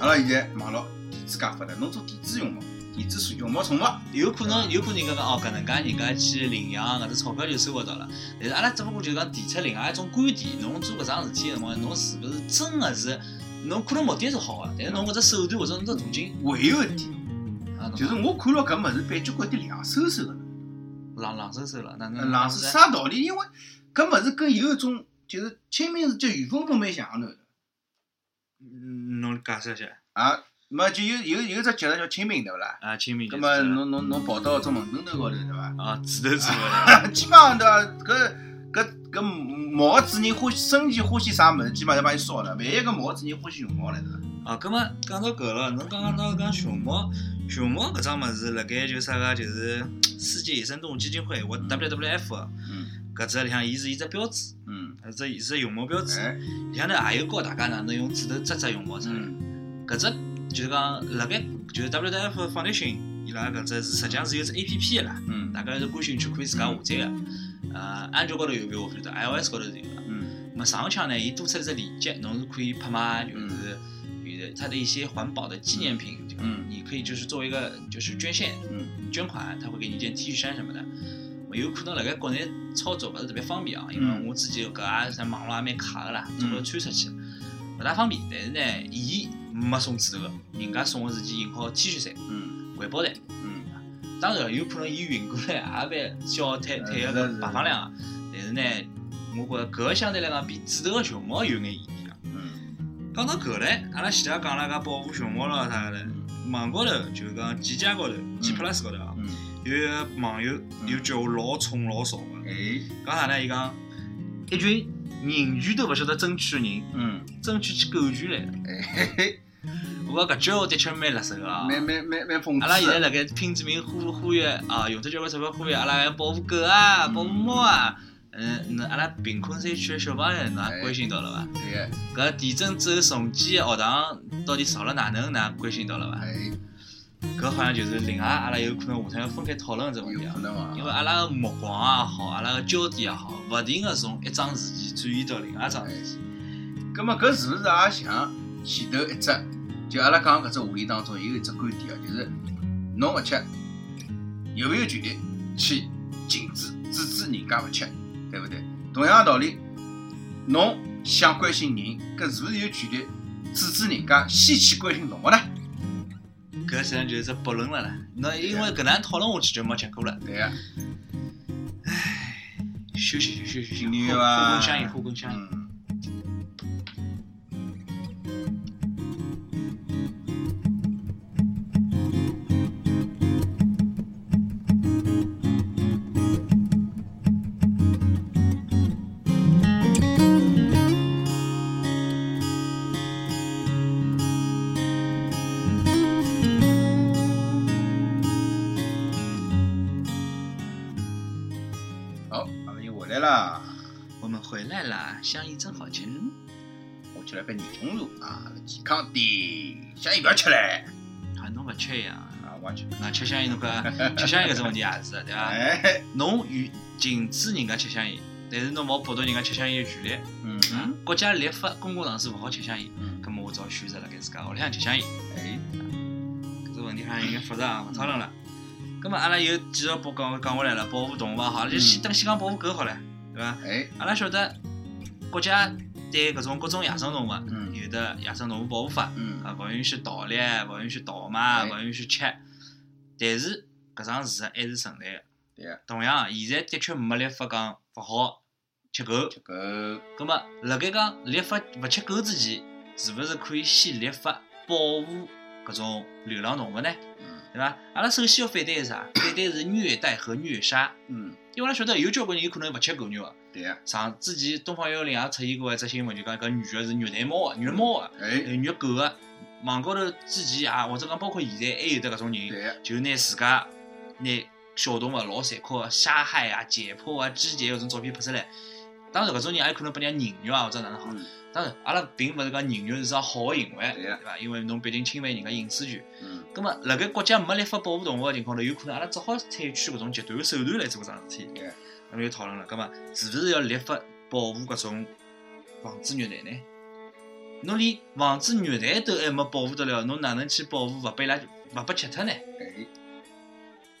S6: 阿拉现在网络电子介发达，侬做电子熊猫，电子熊猫宠物，
S7: 有可能，有可能人家讲哦，搿能介人家去领养，搿只钞票就收勿到了。但是阿拉只不过就讲提出另外一种观点，侬做搿桩事体个辰光，侬是勿是真个是，侬可能目的是好个，但是侬搿只手段或者侬只途径，
S6: 还有一点
S7: 啊，侬
S6: 就是我看了搿物事，感觉有点两手手的，呃
S7: 冷冷手手了，哪能
S6: 两手
S7: 手
S6: 啥道理？因为搿物事跟有一种就是清明时节雨纷纷蛮像的
S7: 嗯侬解释一下
S6: 啊，没就有有有一只节日叫清明对勿啦？
S7: 啊，清明节
S6: 葛末
S7: 是吧
S6: 侬侬侬跑到种门墩头高头对伐？
S7: 啊，指头指头了，
S6: 基本上对伐？搿搿搿毛主人欢喜生前欢喜啥物事，基本上就帮伊烧了。万一搿毛主人欢喜熊猫了对伐？
S7: 啊，葛末讲到搿了，侬刚刚到
S6: 嗯
S7: 讲熊猫，熊猫搿桩物事，辣盖就啥个，就是世界野生动物基金会或 WWF
S6: 嗯
S7: 啊搿只里向，伊是一只标志，
S6: 嗯，
S7: 搿只伊是熊猫标志。
S6: 哎。
S7: 里向头也有教大家哪能用指头扎扎熊猫出来。
S6: 嗯
S7: 搿只就是讲辣盖就是 WWF Foundation，伊拉搿只是实际上是有只 APP 个啦，
S6: 嗯
S7: 大家是感兴趣可以自家下载个。啊安卓高头有个，我不晓得，iOS 高头是有个。
S6: 嗯
S7: 那么上腔呢，伊多出了只链接，侬是可以拍卖，就是就是它的一些环保的纪念品，就
S6: 嗯
S7: 你可以就是作为一个就是捐献
S6: 嗯
S7: 捐款，他会给你一件 T 恤衫什么的。我有可能辣盖国内操作勿是特别方便啊，因为
S6: 嗯
S7: 我自己搿也啥网络也蛮卡个啦，
S6: 嗯
S7: 总归穿出去勿大方便。但是呢，伊没送纸头个，人家送个是件型号 T 恤衫，
S6: 嗯
S7: 环保袋。
S6: 嗯
S7: 当然了，有可能伊运过来也蛮消耗碳
S6: 呃
S7: 碳一
S6: 是
S7: 个
S6: 是
S7: 排放量啊。但是呢，我觉着搿个相对来讲比纸头个熊猫有眼意义啊。
S6: 嗯
S7: 讲到搿嘞，阿拉前头讲了讲保护熊猫咯啥个嘞，
S6: 嗯
S7: 网高头就是讲 G 家高头、G Plus 高头啊，
S6: 嗯，
S7: 有一个网友又叫我老宠老少个，
S6: 哎，
S7: 讲啥呢？伊讲一群人权都勿晓得争取个人，
S6: 嗯
S7: 争取去狗权来了。
S6: 哎嘿嘿，
S7: 我讲搿节我的确蛮辣手个啊。
S6: 蛮蛮蛮蛮讽刺的。
S7: 阿拉现在辣盖拼致命呼呼吁啊，用得交关钞票呼吁阿拉要保护狗啊，保护猫啊。嗯，那阿拉贫困山区的小朋友，侬也关心到了伐？
S6: 对个，
S7: 搿地震走重建的学堂到底少了哪能，㑚关心到了伐？
S6: 哎，
S7: 搿好像就是另外阿拉有可能下趟要分开讨论这问题
S6: 有
S7: 啊
S6: 可。能
S7: 因为
S6: 啊。
S7: 阿拉个目光也好，阿拉个焦点也好，勿停个从一桩事体转移到另外一桩事体。
S6: 葛末搿是不是也像前头一只，就阿拉讲搿只话题当中有一只观点啊，就是侬勿吃，有没有权利去禁止制止人家勿吃，对勿对？同样道理，侬想关心人，搿是不是有权利制止人家先去关心侬个呢？
S7: 搿实际上就是只悖论了啦。那因为搿能讨论下去就没结果了。
S6: 对个，
S7: 休息休息休息，
S6: 牛
S7: 互
S6: 啊
S7: 互！相应，互相应。
S6: 嗯。好，阿拉又回来啦。
S7: 我们回来啦，香烟真好吃。
S6: 我吃了杯热红茶啊，健康点，香烟不要吃嘞
S7: 啊，侬勿缺一样。
S6: 啊，我也吃。
S7: 那吃香烟侬 讲，吃香烟搿种问题也是的，对伐？
S6: 哎，
S7: 侬与禁止人家吃香烟，但是侬勿好剥夺人家吃香烟的权利。
S6: 嗯，
S7: 嗯，国家立法公共场所勿好吃香烟，
S6: 嗯
S7: 葛末我只好选择辣盖自家屋里向吃香烟。
S6: 哎，
S7: 搿个问题好像有眼复杂
S6: 嗯
S7: 啊，勿讨论了。葛末阿拉又继续保讲讲回来了，保护动物伐？好，
S6: 嗯
S7: 阿拉就先等先讲保护狗好了，对伐？
S6: 哎，
S7: 阿拉晓得国家对搿种各种野生动物
S6: 嗯
S7: 有的野生动物保护法。
S6: 嗯，
S7: 啊，勿允许盗猎，勿允许盗卖，
S6: 对
S7: 勿允许吃。但是搿桩事实还是存在个。
S6: 对个
S7: 同样，现在的确没立法讲勿好吃狗。
S6: 吃狗，嗯
S7: 葛么，辣盖讲立法勿吃狗之前，是勿是可以先立法保护搿种流浪动物呢？对伐？阿拉首先要反对是啥？反对是虐待和虐杀。
S6: 嗯，
S7: 因为阿拉晓得有交关人有可能勿吃狗肉个。
S6: 对个，
S7: 上之前东方幺零也出现过一只新闻，就讲搿女个是虐待猫个，啊虐猫个。
S6: 哎，
S7: 有虐狗个，网高头之前也，或者讲包括现在还有得搿种人，
S6: 对个，
S7: 就拿自家拿小动物老残酷个杀害啊、解剖啊、肢解搿种照片拍出来。当然，搿种人也有可能被人家人肉啊，或者哪能好。
S6: 嗯，
S7: 当然，阿拉并勿是讲人肉是桩好个行为，
S6: 对
S7: 对
S6: 啊
S7: 伐？因为侬毕竟侵犯人家隐私权。
S6: 嗯，
S7: 葛么，辣盖国家没立法保护动物个情况下头，有可能阿拉只好采取搿种极端个手段来做搿桩事体
S6: 对。
S7: 阿拉就讨论了，葛么是勿是要立法保护搿种防止虐待呢？侬连防止虐待都还没保护得了，侬哪能去保护勿被伊拉勿被吃脱呢？
S6: 哎，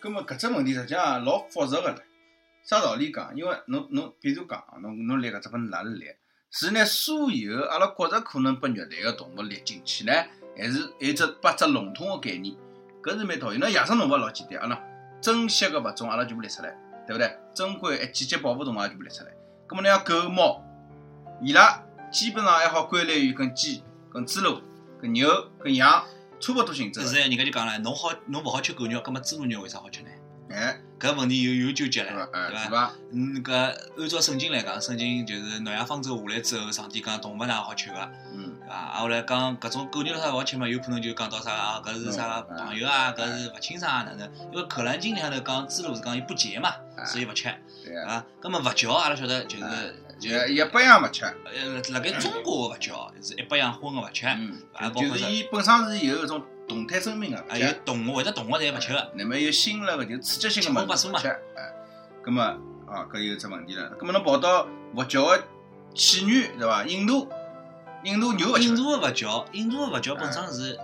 S6: 葛么搿只问题实际上也老复杂个唻。啥道理讲？因为侬侬，比如讲，侬侬拿搿只本拿来来，是拿所有阿拉觉着可能被虐待个动物列进去呢，还是有只八只笼统个概念？搿是蛮讨厌。那野生动物老简单，阿拉珍惜个物种阿拉全部列出来，对勿对？珍贵一季节保护动物也全部列出来。葛么呢，狗猫，伊拉基本上还好归类于跟鸡、跟猪猡、跟牛、跟羊差勿多性质
S7: 是
S6: 个。
S7: 人家就讲了，侬好侬勿好吃狗肉，葛末猪肉为啥好吃呢？
S6: 哎，
S7: 搿问题有有纠结
S6: 对
S7: 了
S6: 伐，？
S7: 对
S6: 哎，
S7: 伐
S6: 是？伐？
S7: 嗯，搿按照圣经来讲，圣经就是诺亚方舟下来之后，上帝讲动物哪好吃个。
S6: 嗯。
S7: 对伐？啊，后来讲搿种狗肉啥勿好吃嘛，有可能就讲到啥啊，搿是啥
S6: 嗯
S7: 朋友啊，搿是勿亲生啊哪能？因为《可兰经》里向头讲，猪肉是讲伊不洁嘛，
S6: 嗯
S7: 所以勿吃
S6: 对啊，
S7: 啊。葛末勿嚼，阿拉晓得就是
S6: 嗯
S7: 就
S6: 也也不一样勿吃，
S7: 呃，辣盖中国个勿嚼是一百样荤个勿吃，啊，
S6: 嗯
S7: 包，括
S6: 就
S7: 啥
S6: 是伊本身是有一种动态生命个，勿
S7: 啊有
S6: 吃，啊
S7: 动物会得动物侪勿吃个。
S6: 那么有新了个就刺激性
S7: 七荤
S6: 个
S7: 八
S6: 物
S7: 素
S6: 事
S7: 嘛
S6: 勿吃，哎，葛么啊，搿有只问题了。搿么侬跑到佛教个起源对伐？印度，印度牛勿吃啊
S7: 印，度的佛教，印度的佛教本身是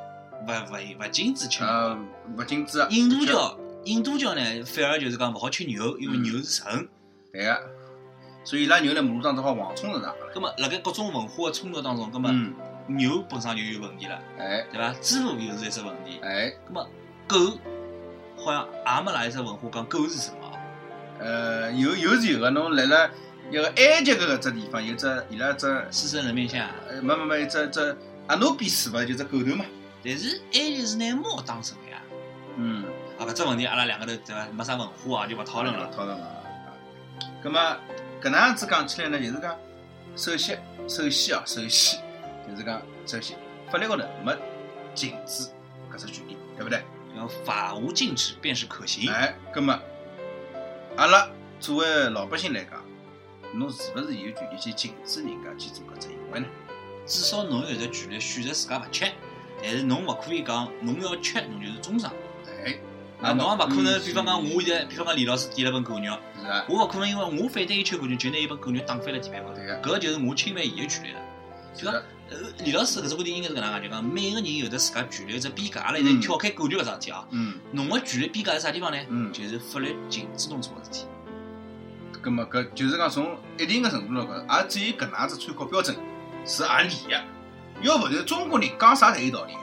S7: 勿勿勿禁止吃牛
S6: 呃
S7: 的。，
S6: 勿禁止啊。
S7: 印度教，印度教呢，反而就是讲勿好吃牛，因为
S6: 嗯
S7: 牛是神。
S6: 对个，所以伊拉牛辣马路上只好横冲直撞。
S7: 葛么，辣盖各种文化的冲突当中，葛么
S6: 嗯，
S7: 牛本身就有问题了，
S6: 哎
S7: 对伐？猪肉又是一只问题。
S6: 哎，
S7: 葛么，狗好像也没哪一只文化讲狗是什么啊。
S6: 呃，有有是有个，侬辣辣一个埃及搿只地方有只伊拉只，
S7: 狮身人面像啊，
S6: 呃，没没没，只只阿努比斯伐，就只狗头嘛。
S7: 但是埃及是拿猫当神呀。
S6: 嗯，
S7: 啊，搿只问题阿拉两个头对伐？没啥文化啊，就勿讨论了。
S6: 讨论了啊。葛末搿能样子讲起来呢，就是讲，首先，首先啊，首先就是讲，首先法律高头没禁止搿只权利，对勿对？
S7: 然后法无禁止便是可行。
S6: 哎，葛末阿拉作为老百姓来讲，侬是勿是有权利去禁止人家去做搿只行为呢？
S7: 至少侬有得权利选择自家勿吃，但是侬勿可以讲侬要吃侬就是中伤。
S6: 哎，
S7: 啊，侬也勿可能，比方讲
S6: 嗯
S7: 我现在，比方讲李老师点了份狗肉，
S6: 是啊，
S7: 我勿可能因为我反对伊吃狗肉，就拿一份狗肉打翻了地板高头
S6: 对个，
S7: 搿就是我侵犯伊个权利了。
S6: 是啊
S7: 就讲
S6: 的，
S7: 呃，李老师搿只观点应该是搿能介，就讲每个人有得自家权利有只边界，阿拉现在
S6: 嗯
S7: 跳开狗肉搿桩事体啊，
S6: 嗯
S7: 侬个权利边界是啥地方呢？
S6: 嗯，
S7: 就是法律禁止侬做个事体。
S6: 葛末搿就是讲从一定个程度上讲，也只有搿能样子参考标准是合理个，要勿然中国人讲啥侪有道理。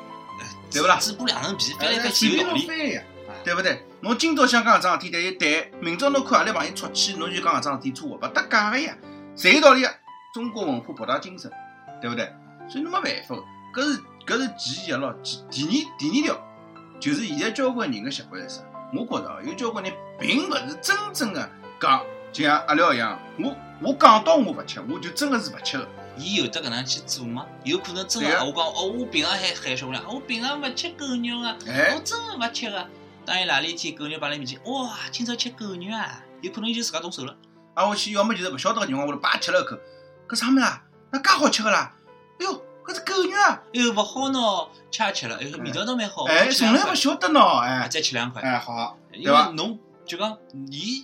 S6: 对勿啦
S7: 嘴巴两个人皮翻来
S6: 哎，
S7: 翻
S6: 随
S7: 去有
S6: 便
S7: 道
S6: 侬
S7: 理。
S6: 翻呀，哎对勿对？侬今朝想讲搿桩事体，但是对，明朝侬看阿拉朋友出去，侬就讲搿桩事体错，勿搭界个呀，侪有道理个。中国文化博大精深，对勿对？所以侬没办法个，搿是搿是啊其一咯。其第二第二条，就是现在交关人个习惯是啥？我觉着啊，有交关人并勿是真正个讲，就像阿廖一样，我我讲到我勿吃，我就真个是勿吃个。
S7: 伊有得搿能去做吗？有可能真个，
S6: 对
S7: 我
S6: 啊
S7: 讲哦，我平常还害羞啦，我平常勿吃狗肉啊，
S6: 哎
S7: 我，真个勿吃个。当伊哪里一天狗肉摆辣面前，哇，今朝吃狗肉啊，有可能伊就自家动手了。
S6: 挨啊下去，要么就是勿晓得个情况下头叭吃了一口，搿啥物事啊？那介好吃个啦！哎哟，搿是狗肉啊！
S7: 哎呦，勿好喏，吃也吃了，哎呦，味道倒蛮好，
S6: 哎，
S7: 我吃
S6: 从
S7: 两
S6: 来
S7: 块
S6: 勿晓得喏，哎
S7: 啊，再吃两块，
S6: 哎好，
S7: 因
S6: 对吧
S7: 为侬就讲伊。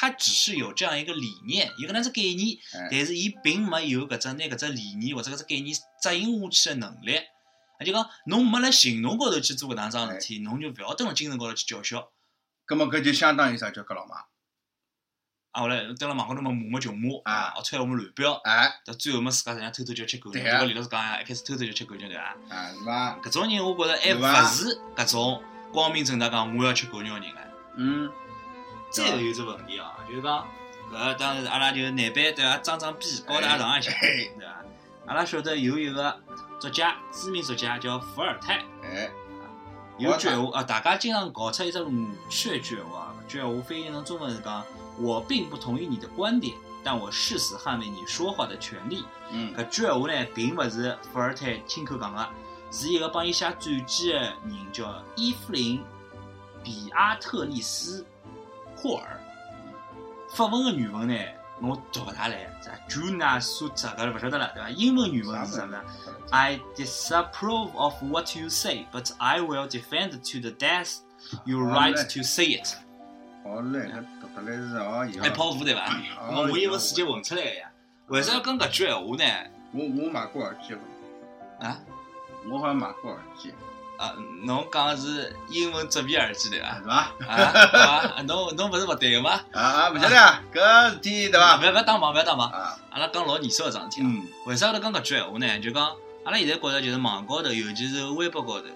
S7: 他只是有这样一个理念，有搿能只概念
S6: 哎，
S7: 但是伊并没有搿只拿搿只理念或者搿只概念执行下去的能力。也就讲，侬没辣行动高头去做搿能桩事
S6: 哎
S7: 体，侬就勿要蹲辣精神高头去叫嚣。
S6: 葛末搿就相当于啥叫搿老妈，
S7: 啊，后来蹲辣网高头嘛骂嘛就骂，
S6: 啊
S7: 啊，穿我们乱标，
S6: 哎
S7: 到最后嘛自家实际上偷偷就吃狗肉。
S6: 对
S7: 就
S6: 啊
S7: 跟李老师讲一样，一开始偷偷就吃狗肉对伐？
S6: 哎是伐？
S7: 搿种人我觉着还
S6: 对伐
S7: 勿是搿种光明正大讲我要吃狗肉的人啊。
S6: 嗯，
S7: 再有一只问题啊，就是讲，搿当然阿拉就难办对伐？装装逼，高大上一下，
S6: 哎
S7: 对伐？阿拉晓得有一个作家，知名作家叫伏尔泰，
S6: 哎，
S7: 有句闲话啊，大家经常搞出一只误区一句闲话，搿句闲话翻译成中文是讲：我并不同意你的观点，但我誓死捍卫你说话的权利。
S6: 嗯，
S7: 搿句闲话呢，并勿是伏尔泰亲口讲个，是一个帮伊写传记的人叫伊芙琳·比阿特丽斯·霍尔。法文的原文呢，我读勿大来，啥 Juna Sutra 搿勿晓得了，对伐？英文原文是啥呢？I disapprove of what you say, but I will defend to the death your
S6: 好
S7: right
S6: 嘞
S7: to say it。
S6: 好嘞，搿读得来是哦，有
S7: 还哎跑步对伐？
S6: 哦
S7: 那么我英文直接混出来个呀。为啥要讲搿句闲话呢？
S6: 我我买过耳机，
S7: 啊？
S6: 我好像买过耳机，
S7: 啊，侬讲是英文折边耳机对
S6: 啊
S7: 伐？
S6: 是伐？
S7: 啊啊，侬侬勿是勿对个吗？
S6: 啊啊，勿晓得啊搿事体对
S7: 勿
S6: 伐？
S7: 要勿要打忙，勿要打忙。
S6: 啊，
S7: 阿拉讲老严肃个桩事体啊。
S6: 嗯，
S7: 为啥会得讲搿句闲话呢？就讲阿拉现在觉着就是网高头，尤其是微博高头，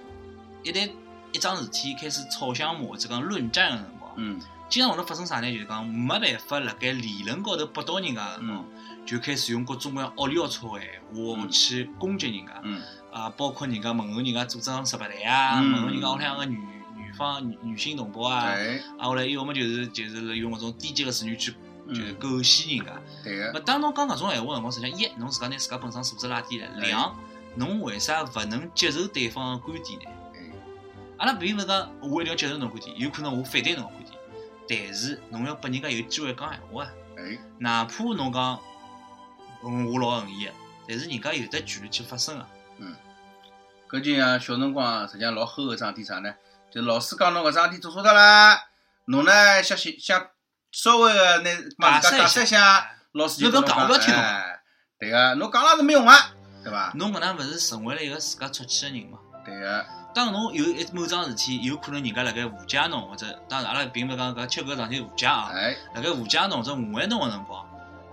S7: 一旦一桩事体开始吵相骂，就讲论战个辰光，
S6: 嗯，
S7: 经常会得发生啥呢？就是讲没办法辣盖理论高头驳倒人家个辰光，就开始用各种各样恶里龌龊个闲话
S6: 嗯嗯
S7: 去攻击人家。
S6: 嗯，
S7: 啊，包括人家问候人家组长十八代啊，
S6: 嗯
S7: 问候人家屋里向个女女方女女性同胞啊，
S6: 哎，
S7: 啊，后来要么就是就是用搿种低级个词语去就是
S6: 嗯，
S7: 狗戏人家。
S6: 对
S7: 啊那
S6: 个，
S7: 当侬讲搿种闲话辰光，实际上一侬自家拿自家本身素质拉低了，
S6: 哎
S7: 两侬为啥勿能接受对方个观点呢？
S6: 哎，
S7: 阿拉并勿是讲我一定要接受侬观点，有可能我反对侬个观点，但是侬要拨人家有机会讲闲话啊。
S6: 哎，
S7: 哪怕侬讲，嗯，我老恨伊个，但是人家有得权利去发啊声个。
S6: 搿就像小辰光实际上老齁个桩事体啥呢？就老师讲侬搿桩事体做错脱啦，侬呢想想想稍微个拿帮自家解释一下，老师就
S7: 有
S6: 跟
S7: 辰
S6: 侬
S7: 讲勿要听侬
S6: 哎对个，侬讲了是没用啊，对伐？
S7: 侬搿能勿是成为了一个自家出气个人嘛？
S6: 对个，
S7: 当侬有一某桩事体，有可能人家辣盖误解侬，或者当然阿拉并勿讲搿吃搿桩事体误解啊，
S6: 哎，
S7: 辣盖误解侬或者误会侬个辰光，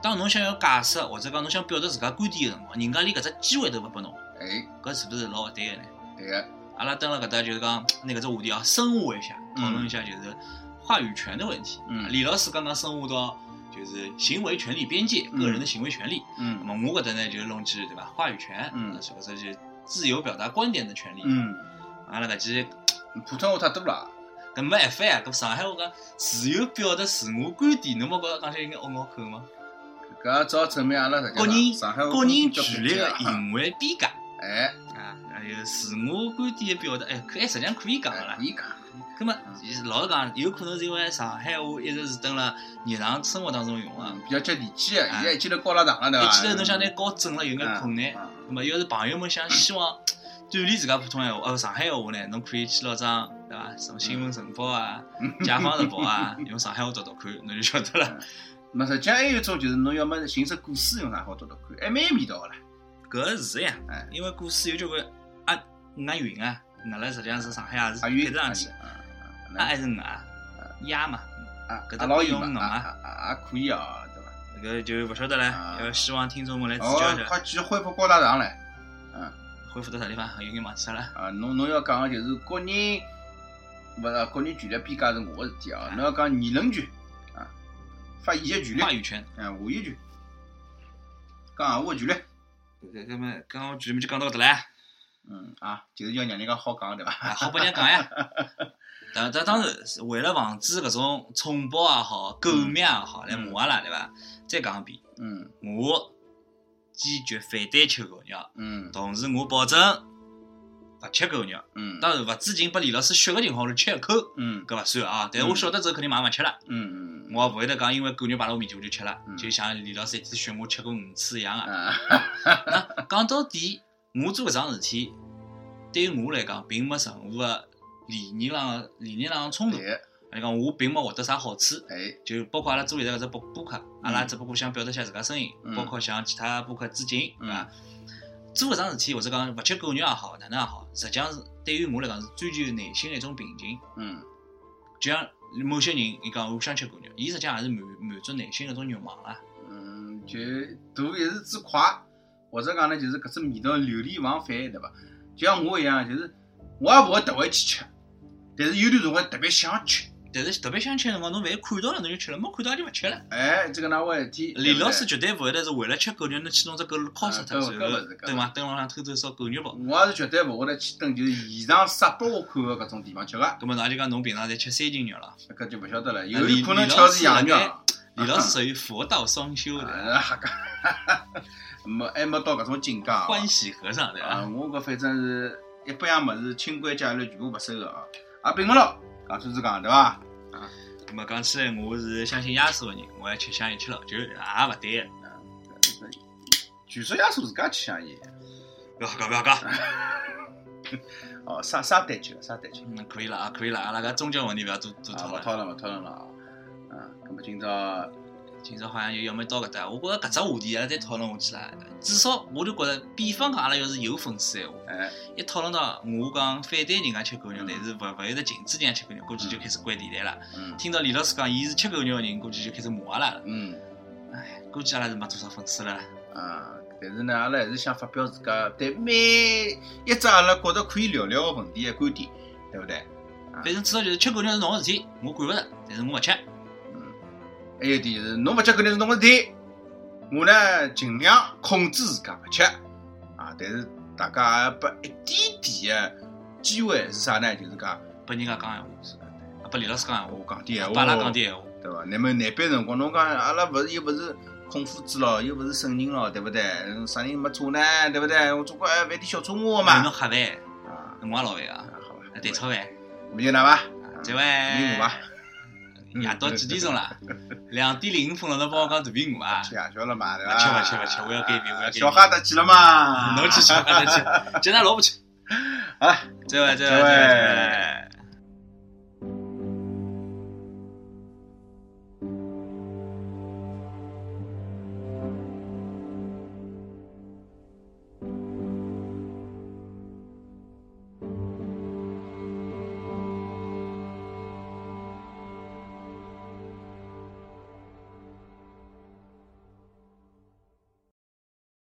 S7: 当侬想要解释或者讲侬想表达自家观点个辰光，人家连搿只机会都勿拨侬，
S6: 哎，
S7: 搿是勿是老勿对个呢？
S6: 对个，
S7: 阿拉登了搿搭就是讲拿搿只话题啊深化一下，
S6: 嗯
S7: 讨论一下就是话语权的问题。
S6: 嗯
S7: 李老师刚刚深化到就是行为权利边界，
S6: 嗯
S7: 个人的行为权利。那
S6: 嗯
S7: 么我搿搭呢就是弄起对吧？话语权，
S6: 嗯
S7: 那是不是就是自由表达观点的权利？，
S6: 嗯，
S7: 阿拉搿记
S6: 普通话太多了，
S7: 搿没办法呀，搿上海话讲自由表达自我观点，侬没觉着讲起来应该拗拗口吗？
S6: 搿只好证明阿拉实际
S7: 个人
S6: 上上海话
S7: 个人权利
S6: 的
S7: 的行为边 界
S6: 哎，
S7: 啊，还有自我观点的表达，哎，可哎实际上可以讲的
S6: 哎
S7: 啦
S6: 可。以讲，
S7: 咁么，
S6: 嗯
S7: 其实老实讲，有可能是因为上海话一直是蹲辣日常生活当中用啊
S6: 嗯，，比较接地气个，
S7: 哎
S6: 现在一记头高大上嗯了，对伐？
S7: 一记头侬想拿搞正了有眼困难。
S6: 嗯
S7: 咁么，要是朋友们想希望锻炼自家普通闲话，呃，上海闲话呢，侬可以去老张对伐？什么
S6: 嗯
S7: 新闻晨报啊、解放日报 啊，用上海话读读看，侬就晓得了。
S6: 那实际上还有一种就是侬要么寻首古诗用上好读读看，还蛮有味道个啦。
S7: 搿是呀
S6: 哎，
S7: 因为故事有交关押押韵啊，押了实际上是上海也是
S6: 啊，
S7: 配
S6: 有
S7: 得上去，
S6: 啊
S7: 押
S6: 啊
S7: 还是押，押嘛。
S6: 啊
S7: 搿搭
S6: 啊，老
S7: 不
S6: 有
S7: 用
S6: 嘛
S7: 弄
S6: 啊
S7: 啊
S6: 啊啊啊，可以啊，对伐？
S7: 搿就勿晓得了
S6: 啊，
S7: 要希望听众们来指教一
S6: 哦，
S7: 下，
S6: 快继续恢复高大上来
S7: 恢复到啥地方？有眼忘记脱了。
S6: 啊！侬侬要讲个就是个人，勿是个人权利边界是我个事体啊，侬要讲议论权啊，发言个权
S7: 话
S6: 利，
S7: 语权。
S6: 哎，话语权，讲闲话个权利，
S7: 呃那么刚刚前面就讲到 搿搭来，
S6: 嗯啊，就是要让人家好讲对伐？
S7: 啊好拨人家讲呀。当当当然，是为了防止搿种冲爆也好、狗命也好来骂阿拉，对伐？再讲一遍，
S6: 嗯
S7: 我坚决反对吃狗肉，
S6: 嗯
S7: 同时我保证勿吃狗肉。
S6: 嗯
S7: 当然，勿止仅拨李老师血个情况下头吃一口，
S6: 嗯
S7: 搿勿算啊。但是我晓得之后肯定马上勿吃了，
S6: 嗯嗯
S7: 我也勿会得讲因为狗肉摆辣我面前我就吃了
S6: 嗯，
S7: 就像李老师一天血我吃过五次一样啊。
S6: 啊，
S7: 那讲到底，我做搿桩事体，对我来讲，并没任何个理念上的理念上的冲突。
S6: 对，
S7: 就讲我并没获得啥好处，
S6: 哎，
S7: 就包括阿拉做现在搿只播播客，阿拉只不过想表达一下自家声音
S6: 嗯，
S7: 包括向其他播客致敬，
S6: 嗯
S7: 对伐？做搿桩事体，或者讲勿吃狗肉也好，哪能也好，实际上是对于我来讲是追求内心的一种平静。
S6: 嗯
S7: 就像某些人，伊讲我想吃狗肉，伊实际上也是满满足内心的一种欲望啊。
S6: 嗯，就大一时之快，或者讲呢，就是搿只味道流连忘返，对伐？就像我一样，就是我也勿会特为去吃，但是有段辰光特别想吃。
S7: 但是特别想吃的辰光，侬万一看到了，侬就吃了；没看到就勿吃了。
S6: 哎，这个哪回事体？
S7: 李老师
S6: 对
S7: 绝对勿会得是为了吃狗肉，侬去弄只狗肉敲死脱，
S6: 啊搿勿
S7: 然
S6: 搿勿
S7: 后
S6: 是搿
S7: 对伐？灯笼上偷偷烧狗肉包
S6: 不。对我也是绝对勿会得去蹲，就是现场杀拨我看个搿种地方吃个，
S7: 葛末㑚就讲侬平常侪吃三斤肉了。
S6: 搿就勿晓得了。
S7: 啊
S6: 有
S7: 李
S6: 可能吃的是羊肉
S7: 李老
S6: 啊，
S7: 李老师属于佛道双修的
S6: 啊，哈哈，没还没到搿种境界啊。
S7: 欢喜和尚的
S6: 啊，
S7: 啊，
S6: 我搿反正是一百样物事，清规戒律全部勿收个啊。啊，并勿牢，讲就是讲对伐？
S7: 那么讲起来，我是相信耶稣的人，我要吃香烟吃老酒也勿对的。
S6: 据说耶稣自家去香烟，
S7: 不要讲不要讲，
S6: 哦，啥啥单酒，啥单酒，
S7: 嗯，可以了啊，可以了，阿拉搿宗教问题不要多多
S6: 啊，
S7: 讨
S6: 勿讨
S7: 论。
S6: 论勿讨论了啊。啊，葛么今朝
S7: 今朝好像就要么到搿搭，我觉着搿只话题阿拉再讨论下去啦，至少我就觉着，比方讲阿拉要是有粉丝闲话，
S6: 哎，
S7: 一讨论到我讲反对人家吃狗肉，但是勿勿会得禁止人家吃狗肉，估计就开始关电台了。
S6: 嗯
S7: 听到李老师讲伊是吃狗肉的人，估计就开始骂阿拉了。
S6: 嗯
S7: 哎，估计阿拉是没多少粉丝了。
S6: 啊，但是呢，阿拉还是想发表自家对每一只阿拉觉着可以聊聊个问题个观点，对勿对？
S7: 反正至少就是吃狗肉是侬个事体，我管勿着，但是我勿吃。
S6: 嗯，还有一点就是，侬勿吃肯定是侬个事体。我呢，尽量控制自家勿吃啊，但是大家也拨一点点个机会是啥呢？就是讲，
S7: 拨人家讲闲
S6: 是的
S7: 话，拨李老师讲闲
S6: 哎我讲点闲话，
S7: 话，拨阿拉讲点闲话。
S6: 对伐？那么难办辰光，侬讲阿拉勿是又勿是孔夫子咯，又勿是圣人咯，对勿对？啥人没做呢？对勿对？我做过哎，饭店小车窝
S7: 侬
S6: 嘛。
S7: 吓饭，
S6: 啊，
S7: 我也老烦啊
S6: 啊，好吧，
S7: 蛋炒饭，
S6: 我们就那吧，
S7: 再
S6: 你我
S7: 会。
S6: 吧，
S7: 夜嗯到几点钟啦？两点零五分了，侬帮我讲肚皮 饿啊？
S6: 吃夜宵了嘛，对伐？
S7: 勿吃勿吃勿吃，我要减肥，我要减
S6: 小
S7: 肥。
S6: 哈达去了嘛？
S7: 侬去吃，我去吃，今朝老不吃。
S6: 啊。
S7: 再会，再
S6: 再
S7: 会，
S6: 会
S7: 再会。